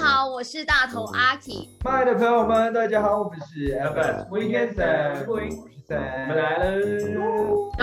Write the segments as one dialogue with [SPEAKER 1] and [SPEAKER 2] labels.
[SPEAKER 1] 好，我是大头
[SPEAKER 2] 嗯
[SPEAKER 1] 阿 K。
[SPEAKER 3] 麦的朋友们，大家好，我们是
[SPEAKER 2] FS Weekend Sam
[SPEAKER 3] 我是 Sam，
[SPEAKER 2] 我们来了，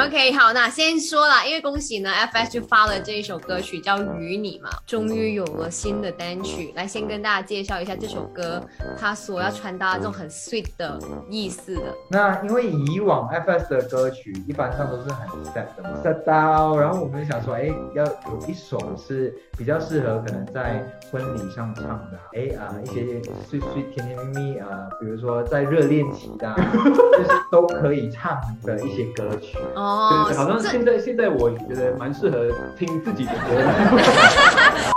[SPEAKER 1] OK，好，那先说啦，因为恭喜呢，FS 就发了这一首歌曲叫《与你》嘛，终于有了新的单曲。来，先跟大家介绍一下这首歌，它所要传达这种很 sweet 的意思的。
[SPEAKER 3] 那因为以往 FS 的歌曲一般上都是很 sad 的嘛，sad 到，然后我们就想说，哎，要有一首是比较适合可能在婚礼上唱的啊，哎啊、一些碎碎甜甜蜜蜜啊、比如说在热恋期 的啊、就是都可以唱的一些歌曲。
[SPEAKER 1] 哦
[SPEAKER 2] 对，，好像嗯
[SPEAKER 1] 这
[SPEAKER 2] 现在现在我觉得蛮适合听自己的歌 的，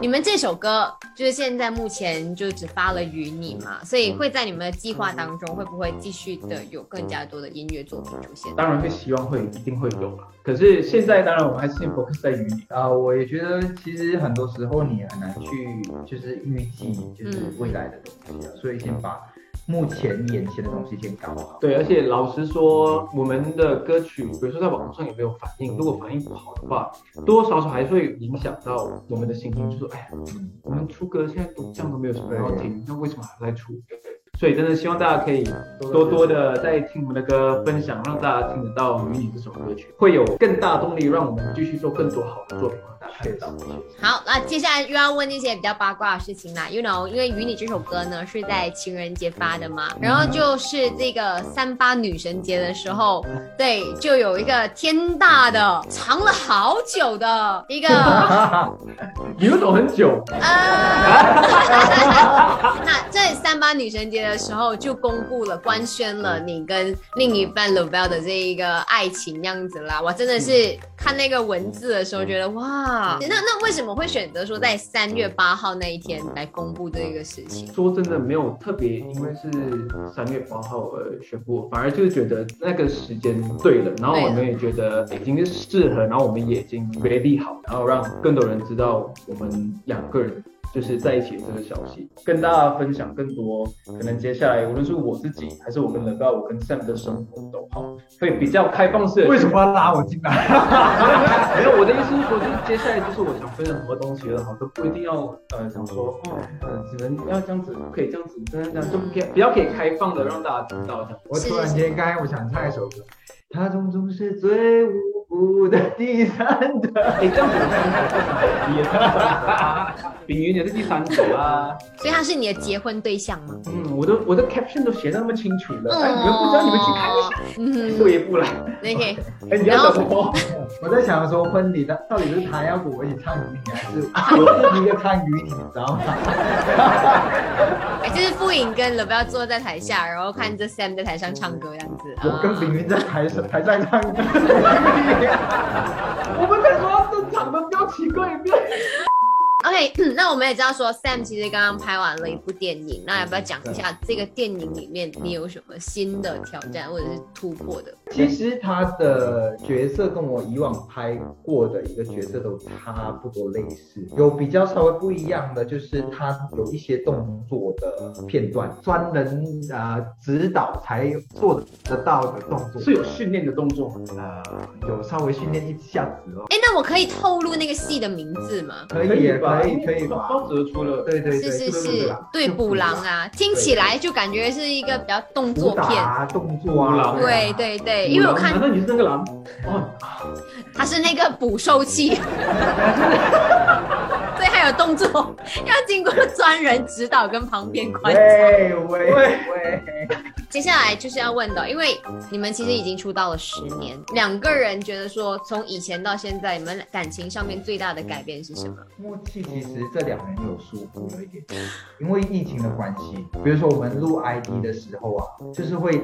[SPEAKER 1] 你们这首歌就是现在目前就只发了《与你》嘛，所以会在你们的计划当中，会不会继续的有更加多的音乐作品出现？
[SPEAKER 2] 当然会希望会一定会有啦。可是现在当然我们还是先 focus 在于你，
[SPEAKER 3] 啊、我也觉得其实很多时候你很难去就是预计就是
[SPEAKER 1] 嗯
[SPEAKER 3] 未来的东西啊，所以先把目前眼前的东西先搞好。
[SPEAKER 2] 对，而且老实说，我们的歌曲，比如说在网上有没有反应，如果反应不好的话，多多少少还是会影响到我们的心情，就说哎呀，
[SPEAKER 3] 嗯
[SPEAKER 2] 我们出歌现在都这样都没有什么人要听，
[SPEAKER 1] 嗯
[SPEAKER 2] 那为什么还在出？所以真的希望大家可以多多的在听我们的歌，分享让大家听得到《与你》这首歌曲，会有更大动力让我们继续做更多好的作品，让大家看得到。
[SPEAKER 1] 好，那接下来又要问一些比较八卦的事情啦。You know，因为《与你》这首歌呢是在情人节发的嘛，然后就是这个三八女神节的时候，对，就有一个天大的藏了好久的一个
[SPEAKER 2] 你又懂很久，
[SPEAKER 1] 呃， 那在三八女神节的时候就公布了、官宣了
[SPEAKER 2] 嗯
[SPEAKER 1] 你跟另一半 Lovell 的这一个爱情样子啦。我真的是看那个文字的时候觉得哇，
[SPEAKER 2] 嗯
[SPEAKER 1] 那那为什么会选择说在三月八号那一天来公布这个事情？
[SPEAKER 2] 说真的没有特别，因为是三月八号而宣布，反而就是觉得那个时间对了，然后我们也觉得已经是适合，然后我们也已经 ready 好，然后让更多人知道我们两个人。就是在一起的这个消息，跟大家分享更多。可能接下来无论是我自己，还是我跟乐高，我跟 Sam 的生活都好，会比较开放式。
[SPEAKER 3] 为什么要拉我进来？
[SPEAKER 2] 没有，我的意思是说，就是接下来就是我想分享很多东西了，好，都不一定要呃想说，
[SPEAKER 3] 嗯
[SPEAKER 2] 哦，呃，只能要这样子，不可以这样子，这样这样，就比较比较可以开放的让大家知道这样。
[SPEAKER 3] 我突然间，刚才我想唱一首歌，他终究是最无辜的第三者。
[SPEAKER 2] 哎，这样子我看你看，丙云也是第三者啊。
[SPEAKER 1] 所以他是你的结婚对象吗？
[SPEAKER 2] 嗯，我的我的 caption 都写的那么清楚了，哎，你们不知道你们去看一下，
[SPEAKER 1] 嗯
[SPEAKER 2] 退一步了。
[SPEAKER 1] 那可以。
[SPEAKER 2] 哎，你要怎么？
[SPEAKER 3] 我在想说婚礼的到底是他要跟我一起唱鱼，还是 我自己要唱鱼，你知道吗？
[SPEAKER 1] 哎，就是傅颖跟 Lovell 坐在台下，然后看着 Sam 在台上唱歌这样子。
[SPEAKER 3] 我跟炳
[SPEAKER 1] 啊
[SPEAKER 3] 云在台上台上唱 鱼。
[SPEAKER 2] 我们在说正常的，不要奇怪一点。
[SPEAKER 1] OK，那嗯我们也知道说 Sam 其实刚刚拍完了一部电影，那要不要讲一
[SPEAKER 3] 嗯
[SPEAKER 1] 下这个电影里面你有什么新的挑战或者是突破的？
[SPEAKER 3] 其实他的角色跟我以往拍过的一个角色都差不多类似，有比较稍微不一样的，就是他有一些动作的片段，专人啊、呃指导才做得到的动作，
[SPEAKER 2] 是有训练的动作吗？
[SPEAKER 3] 呃有稍微训练一下子哦，
[SPEAKER 1] 哎，那我可以透露那个戏的名字吗？
[SPEAKER 3] 可以也可以可以吧？
[SPEAKER 2] 包折出了。
[SPEAKER 3] 对对对，
[SPEAKER 1] 是是，
[SPEAKER 3] 就是
[SPEAKER 1] 对捕狼啊，听起来就感觉是一个比较动
[SPEAKER 3] 武
[SPEAKER 1] 作
[SPEAKER 3] 打
[SPEAKER 1] 片。
[SPEAKER 3] 啊动作啊，
[SPEAKER 1] 对
[SPEAKER 3] 啊。
[SPEAKER 1] 对对，因为我看
[SPEAKER 2] 难道你是那个狼？哦，
[SPEAKER 1] 它是那个捕兽 器，所以还有动作要经过专人指导跟旁边观察。
[SPEAKER 3] 喂喂 喂！
[SPEAKER 1] 接下来就是要问的，因为你们其实已经出道了十年，两个人觉得说从以前到现在，你们感情上面最大的改变是什么？
[SPEAKER 3] 默契其实这两年有疏忽了一点，因为疫情的关系，比如说我们录 ID 的时候啊，就是会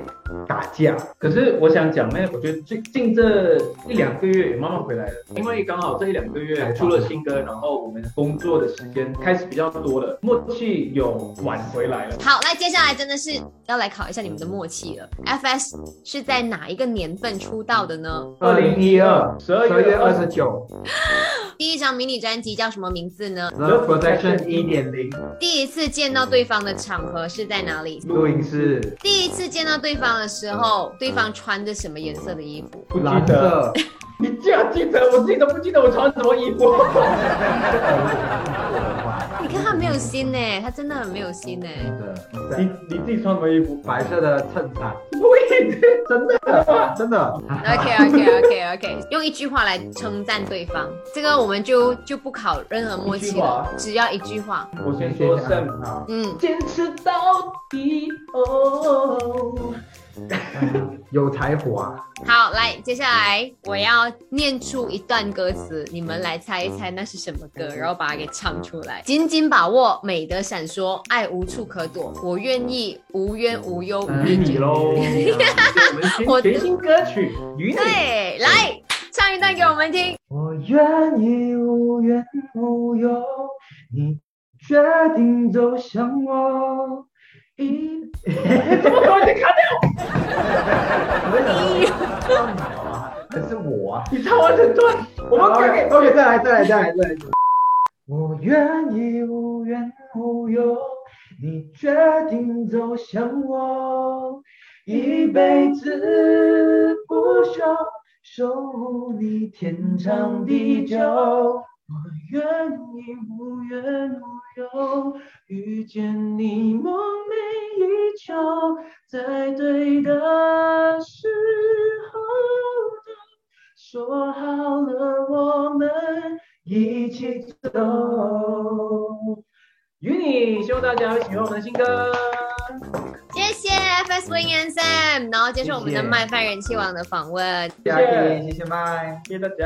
[SPEAKER 3] 打架，
[SPEAKER 2] 可是我想讲呢，我觉得最近这一两个月也慢慢回来了，因为刚好这一两个月出了新歌，然后我们工作的时间开始比较多了，默契有挽回来了。
[SPEAKER 1] 好，那接下来真的是要来考一下你们的默契了。FS 是在哪一个年份出道的呢？
[SPEAKER 3] 2012
[SPEAKER 2] 十
[SPEAKER 3] 十
[SPEAKER 2] 二
[SPEAKER 3] 二
[SPEAKER 2] 月
[SPEAKER 3] 月
[SPEAKER 2] 二
[SPEAKER 3] 二
[SPEAKER 2] 十
[SPEAKER 3] 十九
[SPEAKER 1] 第一张迷你专辑叫什么名字呢？
[SPEAKER 3] ，Love Protection 一点零
[SPEAKER 1] 第一次见到对方的场合是在哪里？
[SPEAKER 3] 录音室，
[SPEAKER 1] 第一次见到对方的时候，对方穿着什么颜色的衣服？
[SPEAKER 2] 不记
[SPEAKER 3] 蓝
[SPEAKER 2] 得，
[SPEAKER 3] 色，
[SPEAKER 2] 你竟然记得，我自己都不记得我穿什么衣服。
[SPEAKER 3] 这个我有看过哇
[SPEAKER 1] 你看他没有心呢、欸他真的很没有心呢、欸
[SPEAKER 3] 真的， 对
[SPEAKER 2] 你你自己穿什么衣服？
[SPEAKER 3] 白色的衬衫，
[SPEAKER 2] 对，真的
[SPEAKER 3] 真的
[SPEAKER 1] OK OK OK OK，用 一句话来称赞对方，这个我们就就不考任何默
[SPEAKER 2] 一
[SPEAKER 1] 契
[SPEAKER 2] 句话
[SPEAKER 1] 了，只要一句话。
[SPEAKER 2] 我先说
[SPEAKER 3] 你
[SPEAKER 2] Sam，
[SPEAKER 3] 好，
[SPEAKER 1] 嗯，
[SPEAKER 2] 坚持到底哦。
[SPEAKER 3] 嗯有才华，
[SPEAKER 1] 好，来，接下来我要念出一段歌词，你们来猜一猜那是什么歌，然后把它给唱出来。紧紧把握美的闪烁，爱无处可躲，我愿意无冤无忧与
[SPEAKER 2] 与
[SPEAKER 1] 你。
[SPEAKER 2] 哎你啊喽，我
[SPEAKER 1] 我
[SPEAKER 2] 们全全新歌曲《与你》。
[SPEAKER 1] 对，来唱一段给我们听。
[SPEAKER 3] 我愿意无怨无忧，你决定走向我。一，
[SPEAKER 2] 怎么东西卡掉？
[SPEAKER 3] 可是我啊，
[SPEAKER 2] 你唱完整段，我们快给
[SPEAKER 3] OK，再来，再来，再来，再来。我愿意无怨无忧，你决定走向我，一辈子不休，守护你天长地久。我愿意无怨无忧，遇见你梦寐以求，在对的时候都说好了，我们一起走。
[SPEAKER 2] 与你，希望大家会喜欢我们的新歌。
[SPEAKER 1] 谢谢 FS Wing and Sam，然后接受我们的
[SPEAKER 3] 谢谢
[SPEAKER 1] 麦饭人气王的访问。
[SPEAKER 3] 谢
[SPEAKER 2] 谢谢
[SPEAKER 3] 谢谢，拜。
[SPEAKER 2] 谢谢大家。